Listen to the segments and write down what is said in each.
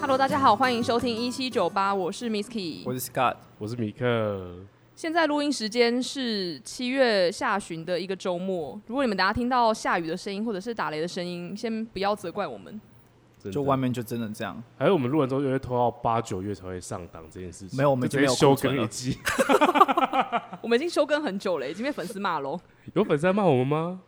Hello，大家好，欢迎收听一七九八，我是 Misky 我。是 Scott，我是米克，现在录音时间是七月下旬的一个周末。如果你们大家听到下雨的声音或者是打雷的声音，先不要责怪我们。真的就外面就真的这样，还有我们录完之后就会拖到八九月才会上档这件事情，没有我们就已经没有直接休库存更了一季。我们已经休更很久了，已经被粉丝骂喽。 有粉丝在骂我们吗？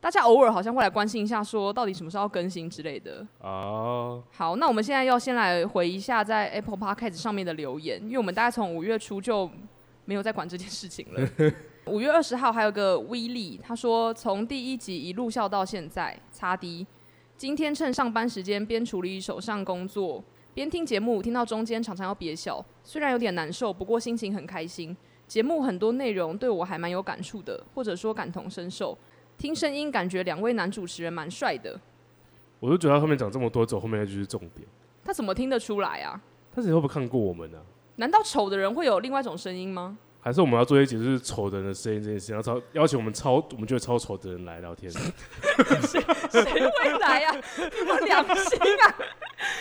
大家偶尔好像会来关心一下，说到底什么时候要更新之类的。哦，好，那我们现在要先来回一下在 Apple Podcast 上面的留言，因为我们大概从五月初就没有再管这件事情了。五月二十号还有个威力，他说从第一集一路笑到现在，擦低。今天趁上班时间边处理手上工作边听节目，听到中间常常要憋笑，虽然有点难受，不过心情很开心。节目很多内容对我还蛮有感触的，或者说感同身受。听声音感觉两位男主持人蛮帅的，我就觉得他后面讲这么多，走后面那就是重点。他怎么听得出来啊？但是你会不会看过我们呢、啊难道丑的人会有另外一种声音 吗？还是我们要做一集就是丑的人的声音这件事情，然后超邀请我们超我们觉得超丑的人来聊天，谁会来呀、有没有良心 啊！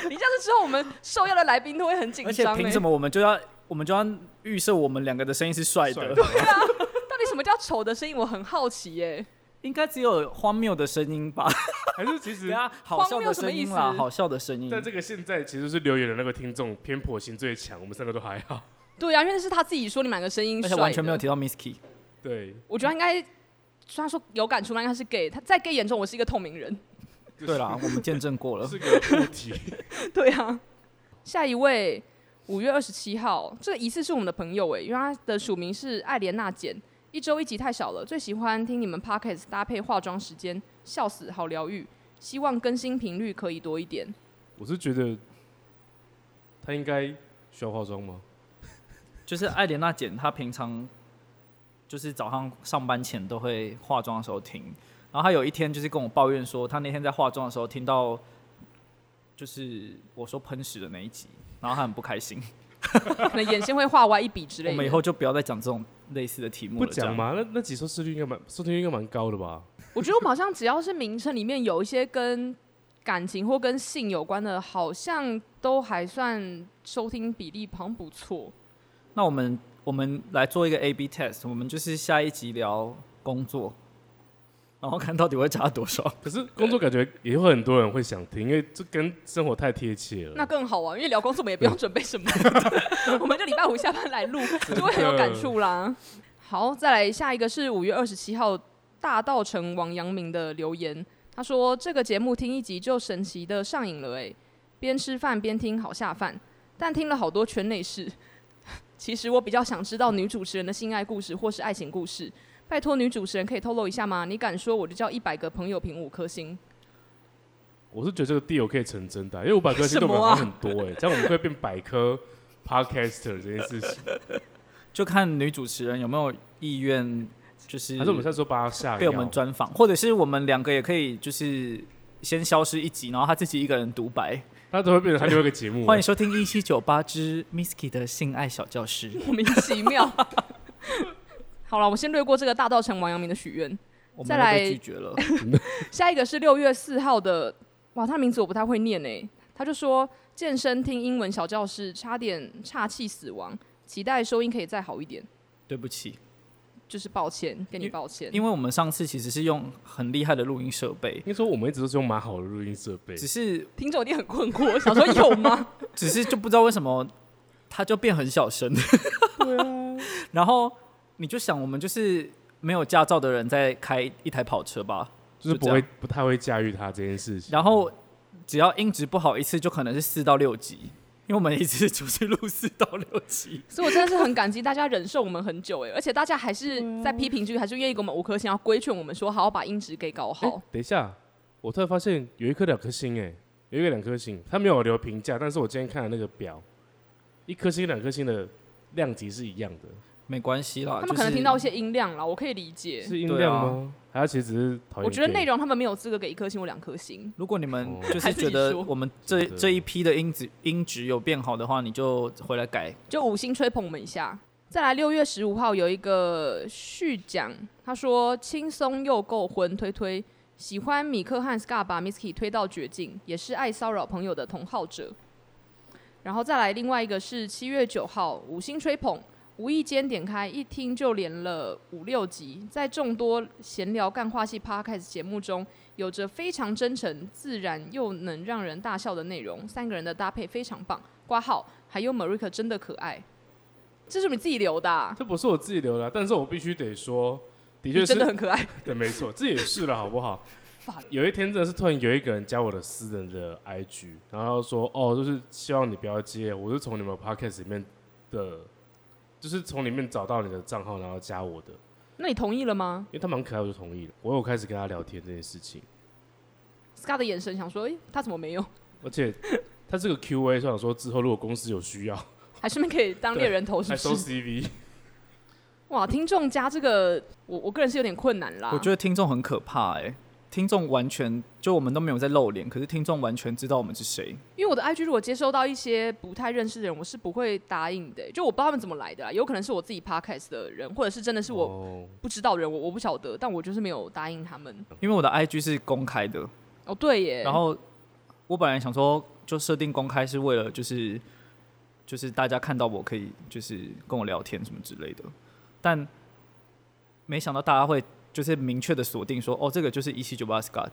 你这样子之后，我们受邀的来宾都会很紧而且张、欸。凭什？么我们就要我们就要预设我们两个的声音是 帅帅的？的到底什么叫丑的声音？我很好奇欸耶、 应该只有荒谬的声音吧？ 还是其 对实。啊，好笑荒谬的声音什么啦意，思好笑的声音。但这个现在其实是留言的那个听众偏颇心最强，我们三个都还好。 对呀、啊，因为那是他自己说你们两个声音而帅且的，完全没有提到 Misky，对，我觉得他应该，虽然说有感触，那应该是 gay。他在 gay 眼中，我是一个透明人。对啦，我们见证过 了。是个物 体。对啊，下一位五月二十七号，这个疑似是我们的朋友哎，因为他的署名是爱莲娜简。一周一集太少了，最喜欢听你们 podcast 搭配化妆时间，笑死，好疗愈。希望更新频率可以多一点。我是觉得他应该需要化妆吗？就是艾莲娜姐，她平常就是早上上班前都会化妆的时候听，然后她有一天就是跟我抱怨说，她那天在化妆的时候听到就是我说喷屎的那一集，然后她很不开心。可能眼线会画歪一笔之类 我的。们以后就不要再讲这种类似的题目不了。讲嘛，那那几首收听率应该蛮收听率应该蛮高的吧？我觉得我们好像只要是名称里面有一些跟感情或跟性有关的，好像都还算收听比例好像不错。这样？那我们我们来做一个 A B test，我们就是下一集聊工作，然后看到底会差多少。 可是工作感觉也会很多人会想听，因为这跟生活太贴切了。那更好啊，因为聊工作我们也不用准备什么，我们就礼拜五下班来录，就会很有感触啦。好，再来下一个是五月二十七号大道城王阳明的留言，他说这个节目听一集就神奇的上瘾了哎、边吃饭边听好下饭，但听了好多圈内事。其实我比较想知道女主持人的性爱故事或是爱情故事，拜托女主持人可以透露一下吗？你敢说我就叫一百个朋友评五颗星。我是觉得这个 deal 可以成真的啊、因为五百颗星对我们好像很多哎、啊这样我们会变百科 podcaster 这件事情。嗯就看女主持人有没有意愿，就是还是我们现在说把它下被药我们专访，或者是我们两个也可以就是先消失一集，然后他自己一个人独白。它都会变成它另外一个节目。欢迎收听一七九八之 Misky 的性爱小教室。 莫名其妙。好了，我先略过这个大道城王阳明的许愿。我再们来要被拒绝了，下一个是六月四号的，哇，他名字我不太会念诶、他就说健身听英文小教室，差点岔气死亡，期待收音可以再好一点，对不起，就是抱歉，跟你抱歉。因为我们上次其实是用很厉害的录音设备应，该说我们一直都是用蛮好的录音设备，只是听众一定很困惑， 想说有吗？只是就不知道为什么它就变很小声。对 啊，然后你就想，我们就是没有驾照的人在开一台跑车吧，就是不会不太会驾驭它这件事情。然后只要音质不好一次，就可能是四到六集，因为我们一次出去录四到六集。所以我真的是很感激大家忍受我们很久欸诶、而且大家还是在批评区，还是愿意给我们五颗星，要规劝我们说好好把音质给搞哎好。等一下，我突然发现有一颗两颗星哎、有一个两颗星，它没有留评价，但是我今天看了那个表，一颗星两颗星的量级是一样的。 没关系啦，他们可能听到一些音量啦，我可以理解。是音量吗？还是其实只是讨厌 gay？我觉得内容他们没有资格给一颗星或两颗星。如果你们哦就是觉还自己得说我们这真的这一批的音质音质有变好的话，你就回来改。就五星吹捧我们一下。再来，六月十五号有一个续讲，他说轻松又够荤，推推喜欢米克和 Scar 把 Misky 推到绝境，也是爱骚扰朋友的同好者。然后再来另外一个是七月九号五星吹捧，无意间点开一听就连了五六集，在众多闲聊干话系 podcast 节目中，有着非常真诚、自然又能让人大笑的内容，三个人的搭配非常棒。挂号，还有 Marika 真的可爱，这是你自己留的、啊，这不是我自己留的啊，但是我必须得说，的确你是真 的很可爱。对，没错，这也是了，好不好 Fuck？有一天真的是突然有一个人加我的私人的 IG，然后说哦，就是希望你不要接，我是从你们 podcast 里面的，就是从里面找到你的账号，然后加我的，那你同意了吗因为他蛮可爱，我就同意了。我有开始跟他聊天这件事情， ？Scar 的眼神想说，诶、他怎么没有？而且他这个 Q&A 想说之后如果公司有需要，还顺便可以当猎人头，哦是还不收是？ CV，哇，听众加这个，我我个人是有点困难啦。我觉得听众很可怕哎、听众完全就我们都没有在露脸，可是听众完全知道我们是谁。因为我的 IG 如果接收到一些不太认识的人，我是不会答应的、欸就我不知道他们怎么来的啦，有可能是我自己 podcast 的人，或者是真的是我哦不知道的人，我我不晓得，但我就是没有答应他们。因为我的 IG 是公开的，哦，对耶，嗯然后我本来想说，就设定公开是为了就是就是大家看到我可以就是跟我聊天什么之类的，但没想到大家会就是明确的锁定说，哦，这个就是一七九八 Scott，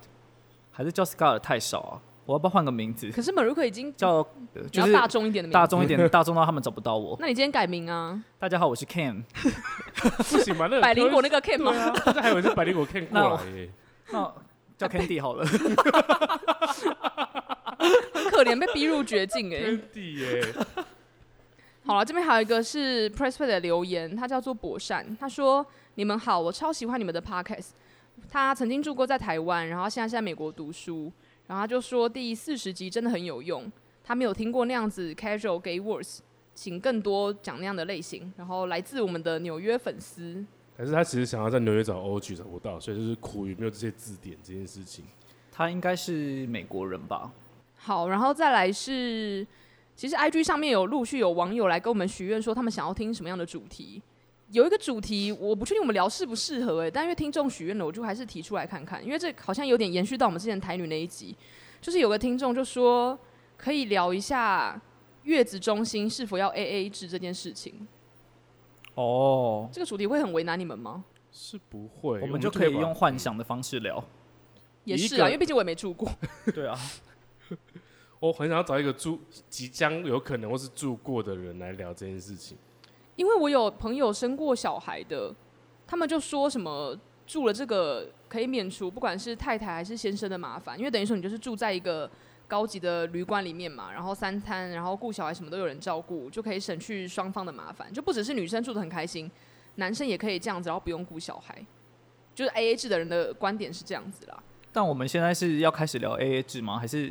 还是叫 Scott 的太少啊，我要不要换个名字可是 Maruko 已经叫呃比就较是大众一点的名字，大众一点，大众到他们找不到我。那你今天改名啊？大家好，我是 Ken。不行吧？那个百灵果那个 K 对吗？啊，大家还以为是百灵果看过那我来耶，那叫 Candy 好了，很 可怜，被逼入绝境哎、天地耶，好了，这边还有一个是 Pressplay 的留言，他叫做博善，他说：“你们好，我超喜欢你们的 Podcast。他曾经住过在台湾，然后现在是在美国读书，然后他就说第四十集真的很有用，他没有听过那样子 casual gay words，请更多讲那样的类型。然后来自我们的纽约粉丝，还是他其实想要在纽约找 OG 找不到，所以就是苦于没有这些字典这件事情。他应该是美国人吧？好，然后再来是，其实 IG 上面有陆续有网友来跟我们许愿，说他们想要听什么样的主题。有一个主题，我不确定我们聊适不适合哎、但因为听众许愿了，我就还是提出来看看，因为这好像有点延续到我们之前台女那一集，就是有个听众就说可以聊一下月子中心是否要 AA 制这件事情。哦，这个主题会很为难你们吗？是不会，我们就可以把用。幻想的方式聊。也一是啊，个因为毕竟我也没住过。 对啊，我很想要找一个住即将有可能或是住过的人来聊这件事情。因为我有朋友生过小孩的，他们就说什么住了这个可以免除不管是太太还是先生的麻烦，因为等于说你就是住在一个高级的旅馆里面嘛，然后三餐，然后顾小孩什么都有人照顾，就可以省去双方的麻烦，就不只是女生住的很开心，男生也可以这样子，然后不用顾小孩。就是 A A 制的人的观点是这样子啦，但我们现在是要开始聊 AA 制吗？还是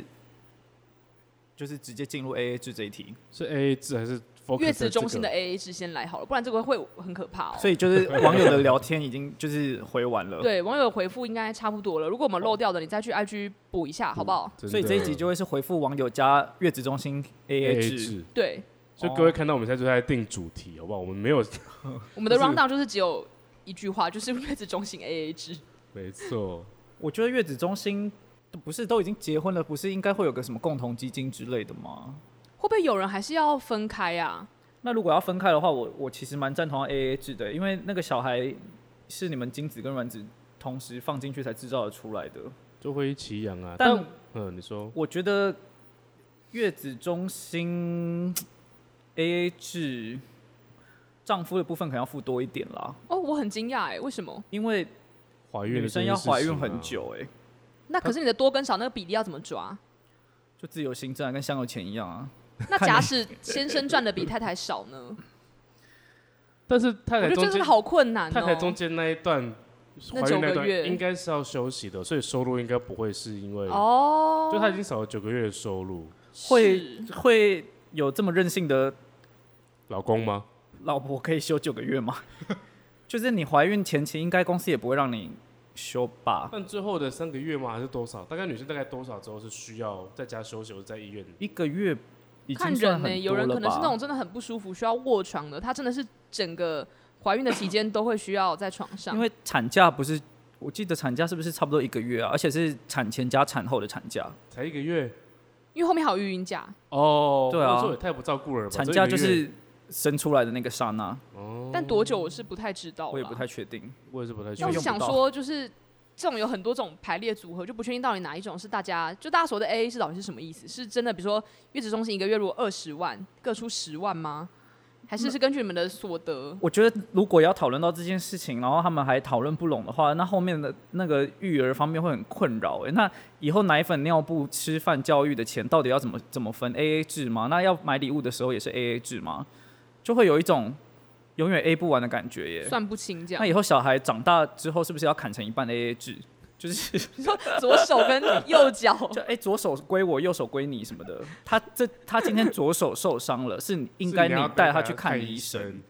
就是直接进入 AA 制这一题？是 A A 制还是 focus 月子在这中心的个 A A 制先来好了，不然这个会很可怕哦、所以呃就是网友的聊天已经就是回完了。，对，网友的回复应该差不多了，如果我们漏掉的，你再去 I G 补一下，好不好？真的所以这一集就会是回复网友加月子中心 A AA A 制。制。对，所以各位看到我们现在就在定主哦题，好不好？我们没有， 我们的就是 round down 就是只有一句话， 就是月子中心 AA 制。没错，我觉得月子中心不是都已经结婚了，不是应该会有个什么共同基金之类的吗？会不会有人还是要分开啊？那如果要分开的话，我我其实蛮赞同 A A 制的，因为那个小孩是你们精子跟卵子同时放进去才制造的出来的。就会一起养啊。但嗯，你说我觉得月子中心 A A 制，丈夫的部分可能要付多一点啦，哦，我很惊讶哎，为什么？因为怀孕女的这生件要事情啊怀孕很，久哎、那可是你的多跟少那个比例要怎么 抓？就自由行政啊，跟香油钱一样啊。那假使先生赚的比太太少 呢？但是太我觉太得中真间的好困难太太中哦。间那一段那怀九孕那个段月应该是要休息的，所以收入应该不会是因为，哦，就她已经少了九个月的收入，会是会有这么任性的老公吗？老婆可以休九个月吗？ 就是你怀孕前期，应该公司也不会让你休吧？但最后的三个月吗？还是多少？大概女生大概多少之后是需要在家休息，或者在医院？一个月已看经算人呢、很有多人可了能是那吧种？真的很不舒服，需要卧床的，她真的是整个怀孕的期间都会需要在床上因。为产假不是，我记得产假是不是差不多一个月啊？而且是产前加产后的产假，才一个月，因为后面还有育婴假，哦，对啊我说也太不照顾了吧？产这一假个就月是生出来的那个刹那，哦，但多久我是不太知道啦。我也不太确定。我也是不太因确为我定是想用不到说，就是这种有很多种排列组合，就不确定到底哪一种是大家就大家所谓的 AA 是到底是什么意思？是真的，比如说月子中心一个月如果二十万，各出十万吗？还是是根据你们的所得？我觉得如果要讨论到这件事情，然后他们还讨论不拢的话，那后面的那个育儿方面会很困扰、欸。那以后奶粉、尿布、吃饭、教育的钱到底要怎么怎么分？A A 制吗？那要买礼物的时候也是 A A 制吗？就会有一种永远 A 不完的感觉耶、算不清这那样，以后小孩长大之后是不是要砍成一半 A A 制？就是你 说左手跟右脚， 就哎、左手归我，右手归你什么的。他这他今天左手受伤了，是应该是要带他他去看医生。生，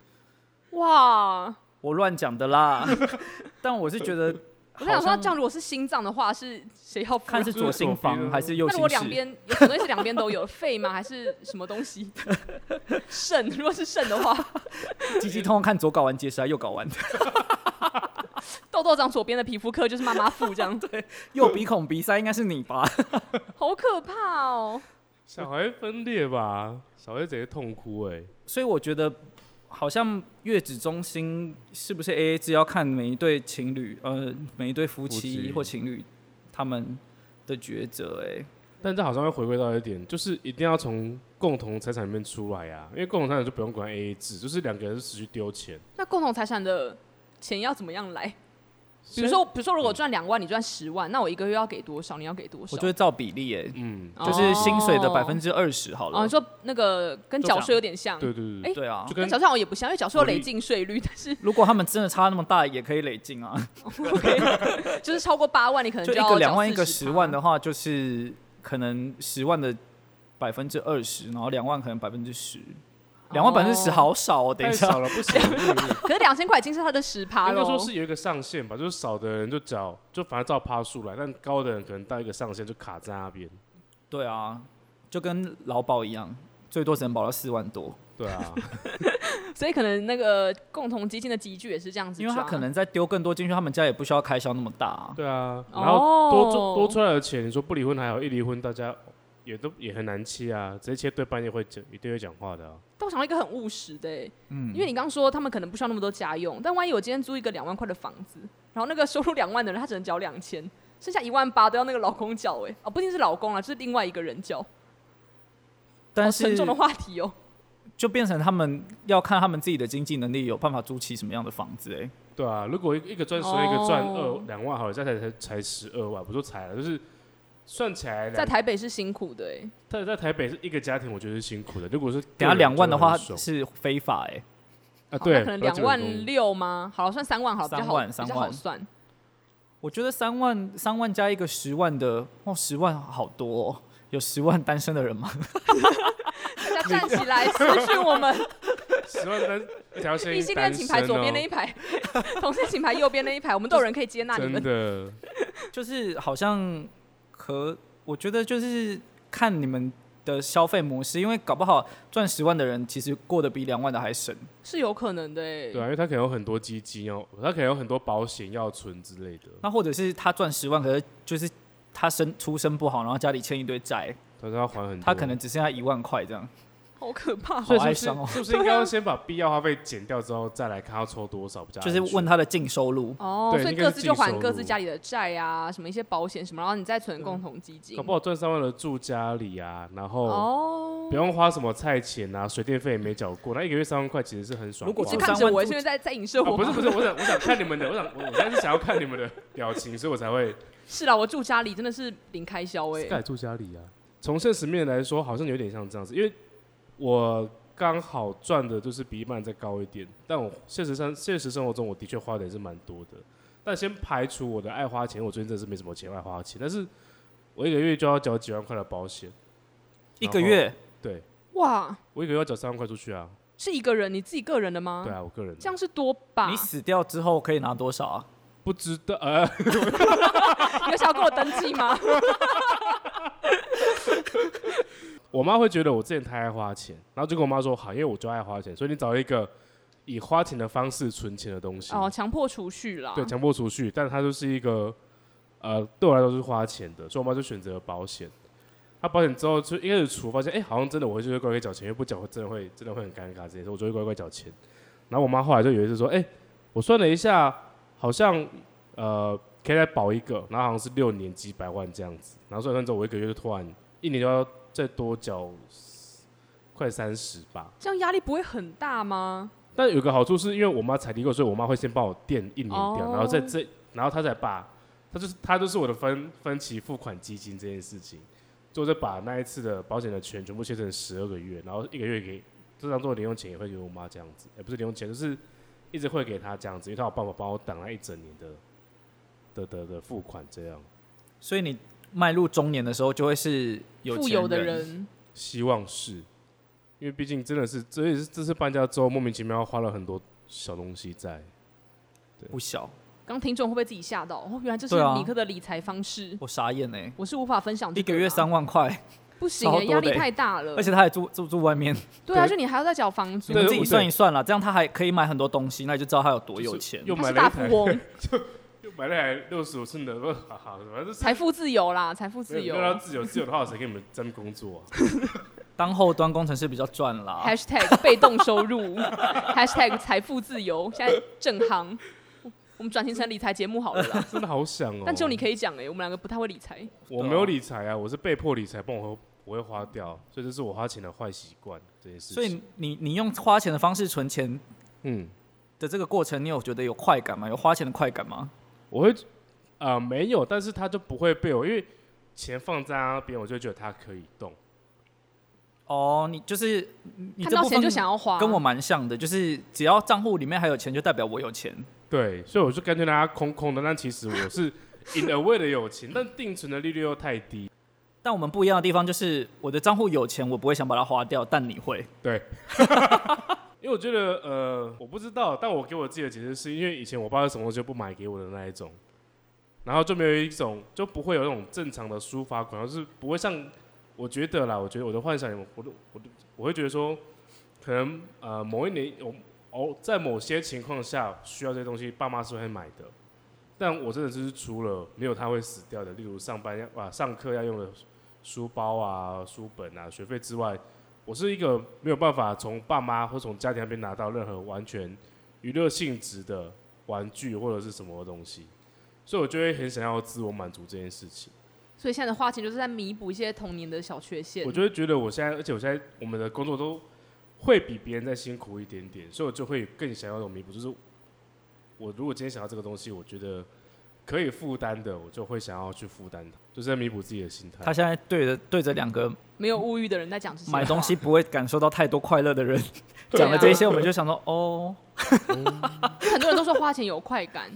哇！我乱讲的啦， 但我是觉 得我在想说，好像这样如果是心脏的话，是谁要付啊看是左心房还是右那如果心两室。边有可能是两边都有 肺吗？还是什么东 西？肾，如果是肾的话，鸡鸡通通看左睾丸结石还是右睾丸？ 痘痘长左边的皮肤科就是妈妈付这样，右鼻孔鼻塞应该是你吧？ 好可怕哦！小孩分裂吧，小孩直接痛哭哎、所以我觉得好像月子中心是不是 A A 制要看每一对情侣，呃，每一对夫夫妻妻或情侣他们的抉择、欸。但这好像会回归到一点，就是一定要从共同财产里面出来呀、因为共同财产就不用管 AA 制，就是两个人是持续丢钱。那共同财产的钱要怎么样来？比其如实说，比如说，如果我赚两万，你赚十万，那我一个月要给多少？你要给多少我觉？得照比例、欸，嗯，就是薪水的哦百分之二十好了。哦，你说那个跟就这缴样税有点像，对对对，哎对啊就，跟跟缴税好像也不像，因为缴税有福利累进税率，但 是如果他们真的差那么大，也可以累进啊。 OK，就是超过八万，你可能就一要个缴两万一个40%十万的话，就是可能十万的百分之二十，然后两万可能百分之十，两万百分之十哦好少哦。等太一少下， 了不行。不行不行可是两千块已经是他的十趴应该了。说是有一个上限吧，就是少的人就缴，就反正照趴数来，但高的人可能到一个上限就卡在那边。对啊，就跟劳保一样，最多只能保到四万多，对啊，所以可能那个共同基金的集聚也是这样子抓，因为他可能再丢更多进去，他们家也不需要开销那么大、啊。 对啊，哦然后多出、多出来的钱，你说不离婚还好，一离婚大家也都也很难切啊，直接切对半夜会讲，一定会讲话的、啊。但我想到一个很务实的、欸，嗯，因为你刚刚说他们可能不需要那么多家用，但万一我今天租一个两万块的房子，然后那个收入两万的人他只能缴两千，剩下一万八都要那个老公缴，哎，啊，不一定是老公啊，就是另外一个人缴，但好是沉重的话题哦、就变成他们要看他们自己的经济能力有办法租起什么样的房子、哎，对啊，如果一一个赚十万，一个赚哦二两万，好了，这才才才十二万，不说才了，就是算起来在两，台北是辛苦的、欸，在在台北是一个家庭，我觉得是辛苦的。如果是等下两万的话个人就会很爽是非法、哎，啊，哦对，那可能不要两讲万六吗？好了，算三万好了，比较三好，万比三较万好算。我觉得三万三万加一个十万的，哦，十万好多、哦，有十万单身的人吗？ 大家站起来，私讯我们。 十万单哦一条 线，异性恋请排左边那一排，同性请排右边那一排，我们都有人可以接纳你哦真们。 的，就是好像和我觉得就是看你们的消费模式，因为搞不好赚十万的人其实过得比两万的还省。是有可能的、欸。对啊，因为他可能有很多基金哦，他可能有很多保险要存之类的，那或者是他赚十万，可是就是他生出身不好，然后家里欠一堆债，但是要还很多。他可能只剩下一万块这样。好可怕、好哦所以哀是伤不哦是是不是应该要先把必要花费减掉之后，再来看要抽多少比较安就全？是问他的净收入。哦，对所以应该各是自自己就还收各自入家里的债啊，什么一些保险什么，然后你再存共同基金搞。不好赚三万的住家里啊，然后哦不，用花什么菜钱啊，水电费也没缴过，那一个月三万块其实是很爽如的。果你是住看三着万我，住现在在在影射啊我不是吗？不是，我想我想看你们的，我想我我现在是想要看你们的表情，所以我才会 是啦，我住家里真的是零开销哎、改住家里啊。从现实面来说，好像有点像这样子，因为我刚好赚的就是比一般人再高一点，但我现实上现实生活中我的确花的也是蛮多的。但先排除我的爱花钱，我最近真的是没什么钱爱花钱，但是我一个月就要缴几万块的保险，一个月对哇，我一个月要缴三万块出去啊，是一个人你自己个人的吗？对啊，我个人的这样是多吧？你死掉之后可以拿多少啊？不知道呃，你有想要跟我登记 吗？我妈会觉得我之前太爱花钱，然后就跟我妈说，好，因为我就爱花钱，所以你找一个以花钱的方式存钱的东西，哦，强迫储蓄啦。对，强迫储蓄，但它就是一个呃，对我来说是花钱的，所以我妈就选择了保险。他保险之后就一开始除，发现哎、好像真的我回去会乖乖缴钱，因为不缴真的会真的会很尴尬这些事，我就会乖乖缴钱。然后我妈后来就有一次说，哎、我算了一下，好像呃可以再保一个，然后好像是六年几百万这样子。然后算算之后，我一个月就突然一年就要再多缴快三十吧。这样压力不会很大吗？但有个好处是因为我妈才离过，所以我妈会先帮我垫一年掉，哦然后在这，然后她才把，她就是她就是我的分分期付款基金这件事情，就再把那一次的保险的钱全部切成十二个月，然后一个月给，就当做零用钱也会给我妈这样子，哎也、不是零用钱，就是一直会给她这样子，因为她有办法帮我挡了一整年的的的的付款这样，所以你迈入中年的时候，就会是有富钱有的，人，希望是。因为毕竟真的是，这也是这次搬家之后莫名其妙花了很多小东西在，不小，刚听众会不会自己吓到？哦，原来这是对啊尼克的理财方式，我傻眼哎、我是无法分享这一个个啦。月三万块，不行超欸，多的压力欸太大了。而且他还住住住外面，对啊，对就你还要再缴房租你对，们我自己算一算啦，这样他还可以买很多东西，那你就知道他有多有钱。又他买是了一大富台翁，就买那台六十五寸的，不，哈哈，反正是财富自由啦，财富自由没有。让他自由，自由的话，谁给你们在那边工 作啊？当后端工程师比较赚啦， #hashtag 被动收入 #hashtag 财富自由，现在正行。我们转型成理财节目好了啦，真的好想哦。但只有你可以讲哎、我们两个不太会理财。我没有理财啊，我是被迫理财，不然我会我会花掉，所以这是我花钱的坏习惯这件事情。所以你你用花钱的方式存钱嗯，的这个过程，你有觉得有快感吗？有花钱的快感吗？我会啊、呃没有，但是他就不会被我，因为钱放在那边，我就觉得他可以动。哦，你就是你你看这到部钱分就想要花，啊跟我蛮像的，就是只要账户里面还有钱，就代表我有钱。对，所以我就干脆让它空空的。但其实我是 in a way 的有钱，但定存的利率又太低。但我们不一样的地方就是，我的账户有钱，我不会想把它花掉，但你会。对， 因为我觉得呃，我不知道，但我给我自己的解释是因为以前我爸是什么东西都不买给我的那一种，然后就没有一种就不会有那种正常的抒发管，就是不会像我觉得啦，我觉得我的幻想，我都我都我会觉得说，可能呃某一年我哦在某些情况下需要这些东西，爸妈是会买的。但我真的就是除了没有他会死掉的，例如上班要啊上课要用的书包啊、书本啊、学费之外，我是一个没有办法从爸妈或从家庭那边拿到任何完全娱乐性质的玩具或者是什么东西，所以我就会很想要自我满足这件事情。所以现在的花钱就是在弥补一些童年的小缺陷我。就会觉得我现在，而且我现在我们的工作都会比别人再辛苦一点点，所以我就会更想要有弥补。就是我如果今天想要这个东西，我觉得可以负担的，我就会想要去负担它，就是在弥补自己的心态他。现在对着对着两个没有物欲的人在讲这些话 买东西，不会感受到太多快乐的人对啊讲了这些，我们就想说，哦，因为很多人都说花钱有快感，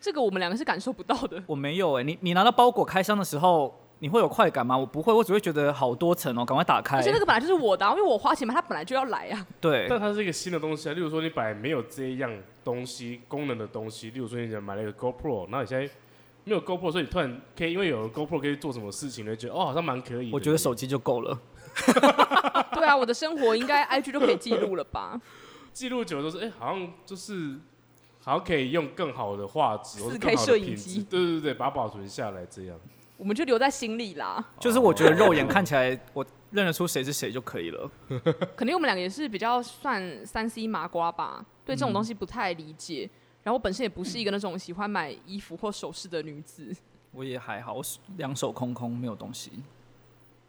这个我们两个是感受不到的。我没有哎、你你拿到包裹开箱的时候，你会有快感吗？我不会，我只会觉得好多层哦，赶快打开而。且那个本来就是我的啊、因为我花钱买，它本来就要来啊。对，但它是一个新的东西啊，例如说你本来没有这一样东西功能的东西，例如说你想买了一个 GoPro，然后你现在没有 GoPro，所以你突然可以因为有了 GoPro 可以做什么事情，你会觉得哦好像蛮可以的。我觉得手机就够哦了。对啊，我的生活应该 IG 都可以记录了吧？记录久了都是哎、好像就是好像可以用更好的画质或是更 4K 好摄的影品机质，对对对，把它保存下来 这样。我们就留在心里啦。就是我觉得肉眼看起来，我认得出谁是谁就可以了。可能我们两个也是比较算三 C 麻瓜吧，对嗯这种东西不太理解。然后我本身也不是一个那种喜欢买衣服或首饰的女子，我也还好，我两手空空，没有 东西。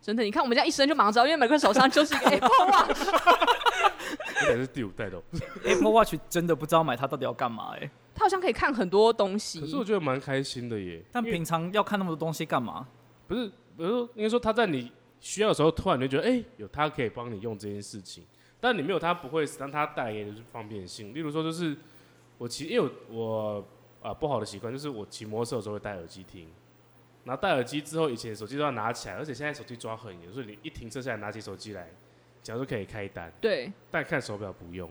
真的，你看我们家一生就忙着，因为每个人手上就是 一个哎 Apple Watch，这才是第五代的哦， Apple Watch 真的不知道买它到底要干嘛哎、它好像可以看很多东西可。是我觉得蛮开心的耶。但因为平常要看那么多东西干嘛？不是，比如说应该说他在你需要的时候，突然就觉得哎、有他可以帮你用这件事情，但你没有他不会死，但他带给你就是方便性。例如说，就是我骑，因为我我啊、不好的习惯就是我骑摩托车的时候会戴耳机听，然后戴耳机之后，以前手机都要拿起来，而且现在手机抓很严，所以你一停车下来拿起手机来，假如可以开单，对，但看手表不用。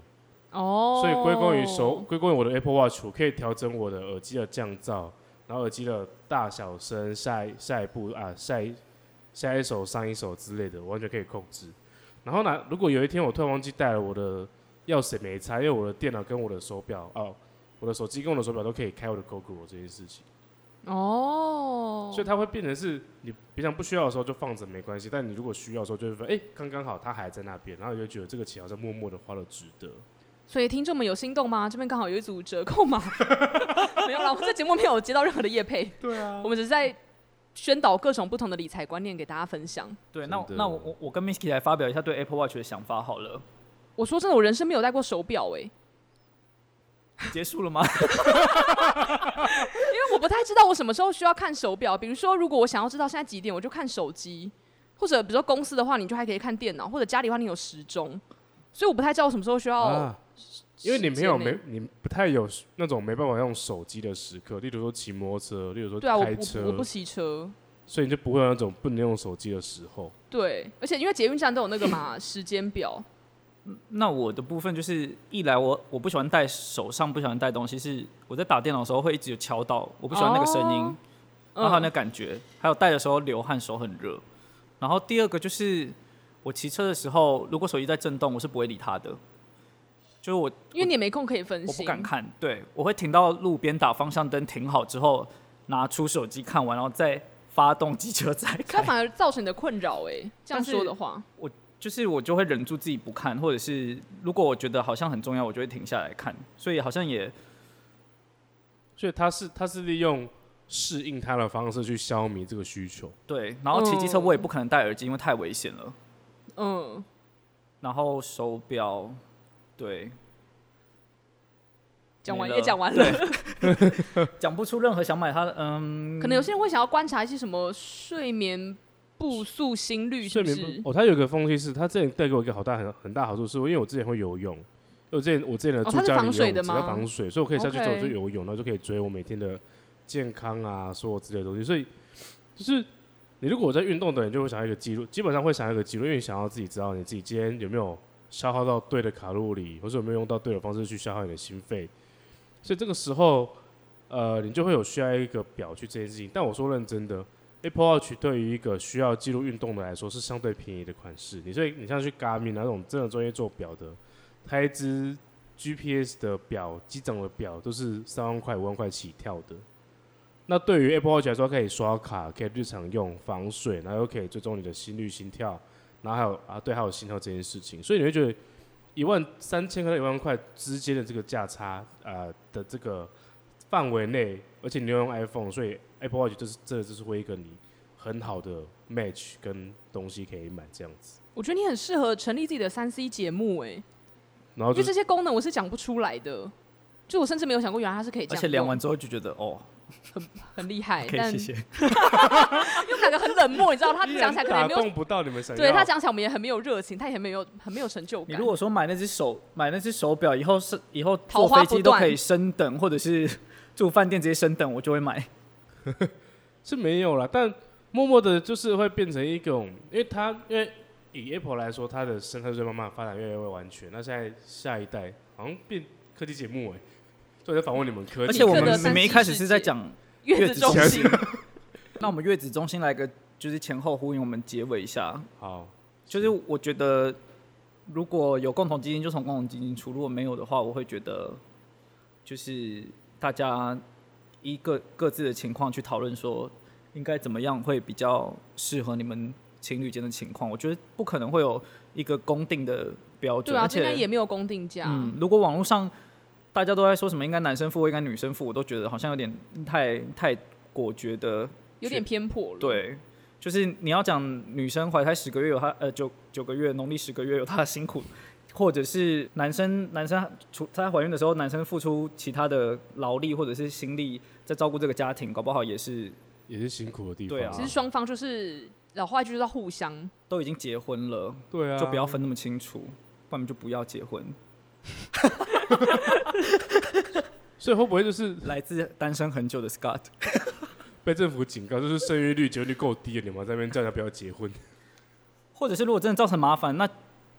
哦，所以归功于手，。归功于我的 Apple Watch，我可以调整我的耳机的降噪，然后耳机的大小声，下一下一步啊，下一下一首、上一首之类的，我完全可以控制。然后呢，如果有一天我突然忘记带了我的钥匙，没插，因为我的电脑跟我的手表哦，我的手机跟我的手表都可以开我的 GoGo 这件事情，哦，所以它会变成是你平常不需要的时候就放着没关系，但你如果需要的时候就会说，哎、刚刚好它还在那边，然后你就觉得这个钱好像默默的花了值得。所以听众们有心动吗？这边刚好有一组折扣 码，没有啦，我们这节目没有接到任何的业配，对啊我，们只是在宣导各种不同的理财观念给大家分享。对，真那我的那我我我跟 Misky 来发表一下对 Apple Watch 的想法好了。我说真的，我人生没有戴过手表哎、结束了吗？因为我不太知道我什么时候需要看手表。比如说，如果我想要知道现在几点，我就看手机；或者比如说公司的话，你就还可以看电脑；或者家里的话，你有时钟。所以我不太知道我什么时候需要、啊，因为你没有时间没内你不太有那种没办法用手机的时刻，例如说骑摩托车，例如说对啊，我开不我车不，骑车。所以你就不会有那种不能用手机的时候。对，而且因为捷运站都有那个嘛时间表，那我的部分就是，一来我我不喜欢戴手上，不喜欢戴东西，是我在打电脑的时候会一直有敲到，我不喜欢那个声音，哦然后还有那嗯，感觉，还有戴的时候流汗，手很热。然后第二个就是，我骑车的时候，如果手机在震动，我是不会理它的，就是我因为你也没空可以分我析不。敢看，对我会停到路边打方向灯停好之后，拿出手机看完，然后再发动机车再它开。反而造成你的困扰哎、这样但是说的话，就是我就会忍住自己不看，或者是如果我觉得好像很重要，我就会停下来看。所以好像也所以他是他是利用适应他的方式去消弭这个需求。对。然后骑机车我也不可能戴耳机，因为太危险了。嗯，然后手表，对，讲完没也了讲完了。 讲不出任何想买它的，嗯，可能有些人会想要观察一些什么睡眠步速、心率，是睡不眠是？不哦，他有一个风气是，他之前带给我一个好大很很大好处，是因为我之前会游泳，因为我之前我之前的哦住它是家里防游水泳的池它吗防水，所以我可以下去之后 OK 就游泳，然后就可以追我每天的健康啊，所有之类的东西。所以就是你如果有在运动的人，就会想要一个记录，基本上会想要一个记录，因为你想要自己知道你自己今天有没有消耗到对的卡路里，或者有没有用到对的方式去消耗你的心肺。所以这个时候，呃，你就会有需要一个表去这件事情。但我说认真的，Apple Watch 对于一个需要记录运动的来说是相对便宜的款式。你所以你像去 Garmin 那种真的专业做表的，它一只 GPS 的表、机长的表都是三万块、五万块起跳的。那对于 Apple Watch 来说，可以刷卡，可以日常用，防水，然后又可以追踪你的心率、心跳，然后还有啊，对，还有心跳这件事情，所以你会觉得一万三千和一万块之间的这个价差，呃的这个范围内，而且你又用 iPhone，所以 Apple Watch 就是这就是会一个你很好的 match 跟东西可以买这样子，我觉得你很适合成立自己的三 C 节目、哎，然后因为就这是些功能我是讲不出来的，就我甚至没有想过原来它是可以这而样且用，量完之后就觉得哦，很厉害。可以但谢谢。因为我们两个很冷漠，你知道，他依讲然起来可能也打没有，动不到你们想要，对他讲起来我们也很没有热情，他也没有很没有成就你感如。果说买那只手买那只手表以后是以后桃坐花飞不机断都可以升等，或者是 住饭店直接升等，我就会买。是没有啦，但默默的就是会变成一种，因为它因为以 Apple 来说，它的生态就慢慢发展越来越完全。那现在下一代好像变科技节目哎、就在访问你们科技，而且我刻的们三明明一 C 开始世是在界讲月月子子中中心，那我们月子中心来个就是前后呼应，我们结尾一下。好，就是我觉得如果有共同基金，就从共同基金出；如果没有的话，我会觉得就是大家依各各自的情况去讨论说应该怎么样会比较适合你们情侣间的情况。我觉得不可能会有一个公定的标准，对啊，而这应该也且没有啊公定价。嗯，如果网络上大家都在说什么应该男生付，应该女生付，我都觉得好像有点太太果决的有点偏颇了。，对，就是你要讲女生怀胎十个月有她呃九九个月，农历十个月有她的辛苦，或者是男生男生除在怀孕的时候，男生付出其他的劳力或者是心力在照顾这个家庭，搞不好也是也是辛苦的地方。对啊其实双方就是老话一句，就是要互相。都已经结婚了，对啊，就不要分那么清楚，不然我们就不要结婚。所以会不会就是来自单身很久的 Scott，被政府警告，就是生育率、结婚率够低了，你们还在那边叫人家不要结婚？或者是如果真的造成麻烦，那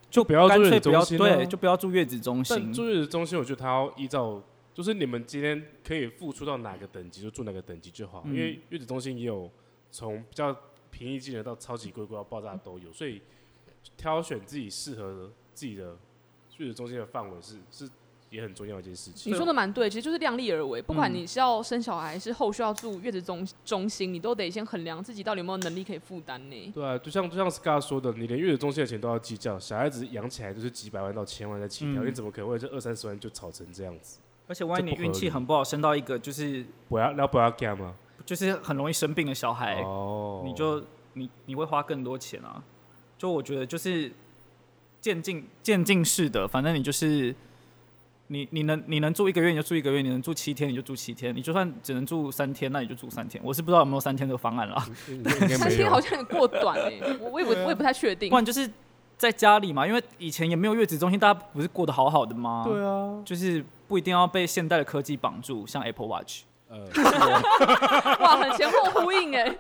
就不要干住月脆子不要中心、啊，对，就不要住月子中但心。住月子中心，我觉得他要依照，就是你们今天可以付出到哪个等级就住哪个等级就好，嗯因为月子中心也有从比较平易近人到超级贵贵到爆炸都有，所以挑选自己适合自己的月子中心的范围是是也很重要一件事啊情。你说的蛮对，其实就是量力而为。不嗯管你是要生小孩，还是后续要住月子中中心，你都得先衡量自己到底有没有能力可以负担呢。对啊，就像就像 Scar 说的，你连月子中心的钱都要计较，小孩子养起来就是几百万到千万在起跳，嗯你怎么可能会这二三十万就炒成这样子？而且万一你这不合理运气很不好，生到一个就是不要，要不要干嘛？就是很容易生病的小孩，哦，哎你就你你会花更多钱啊。就我觉得就是渐进渐进式的，反正你就是你你能你能住一个月你就住一个月，你能住七天你就住七天，你就算只能住三天，那你就住三天。我是不知道有没有三天这个方案啦，应该应该三没天好有。像也过短哎，我我也不我也不太确定啊不。然就是在家里嘛，因为以前也没有月子中心，大家不是过得好好的吗？对啊，就是不一定要被现代的科技绑住，像 Apple Watch。呃，哇，很前后呼应哎，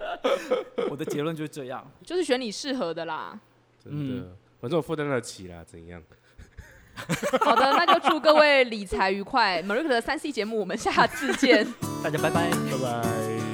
我的结论就是这样。就是选你适合的啦。真的，反正我负担得起啦，怎样？好的，那就祝各位理财愉快。Marika 的三 C 节目，我们下次见。大家拜拜。拜拜。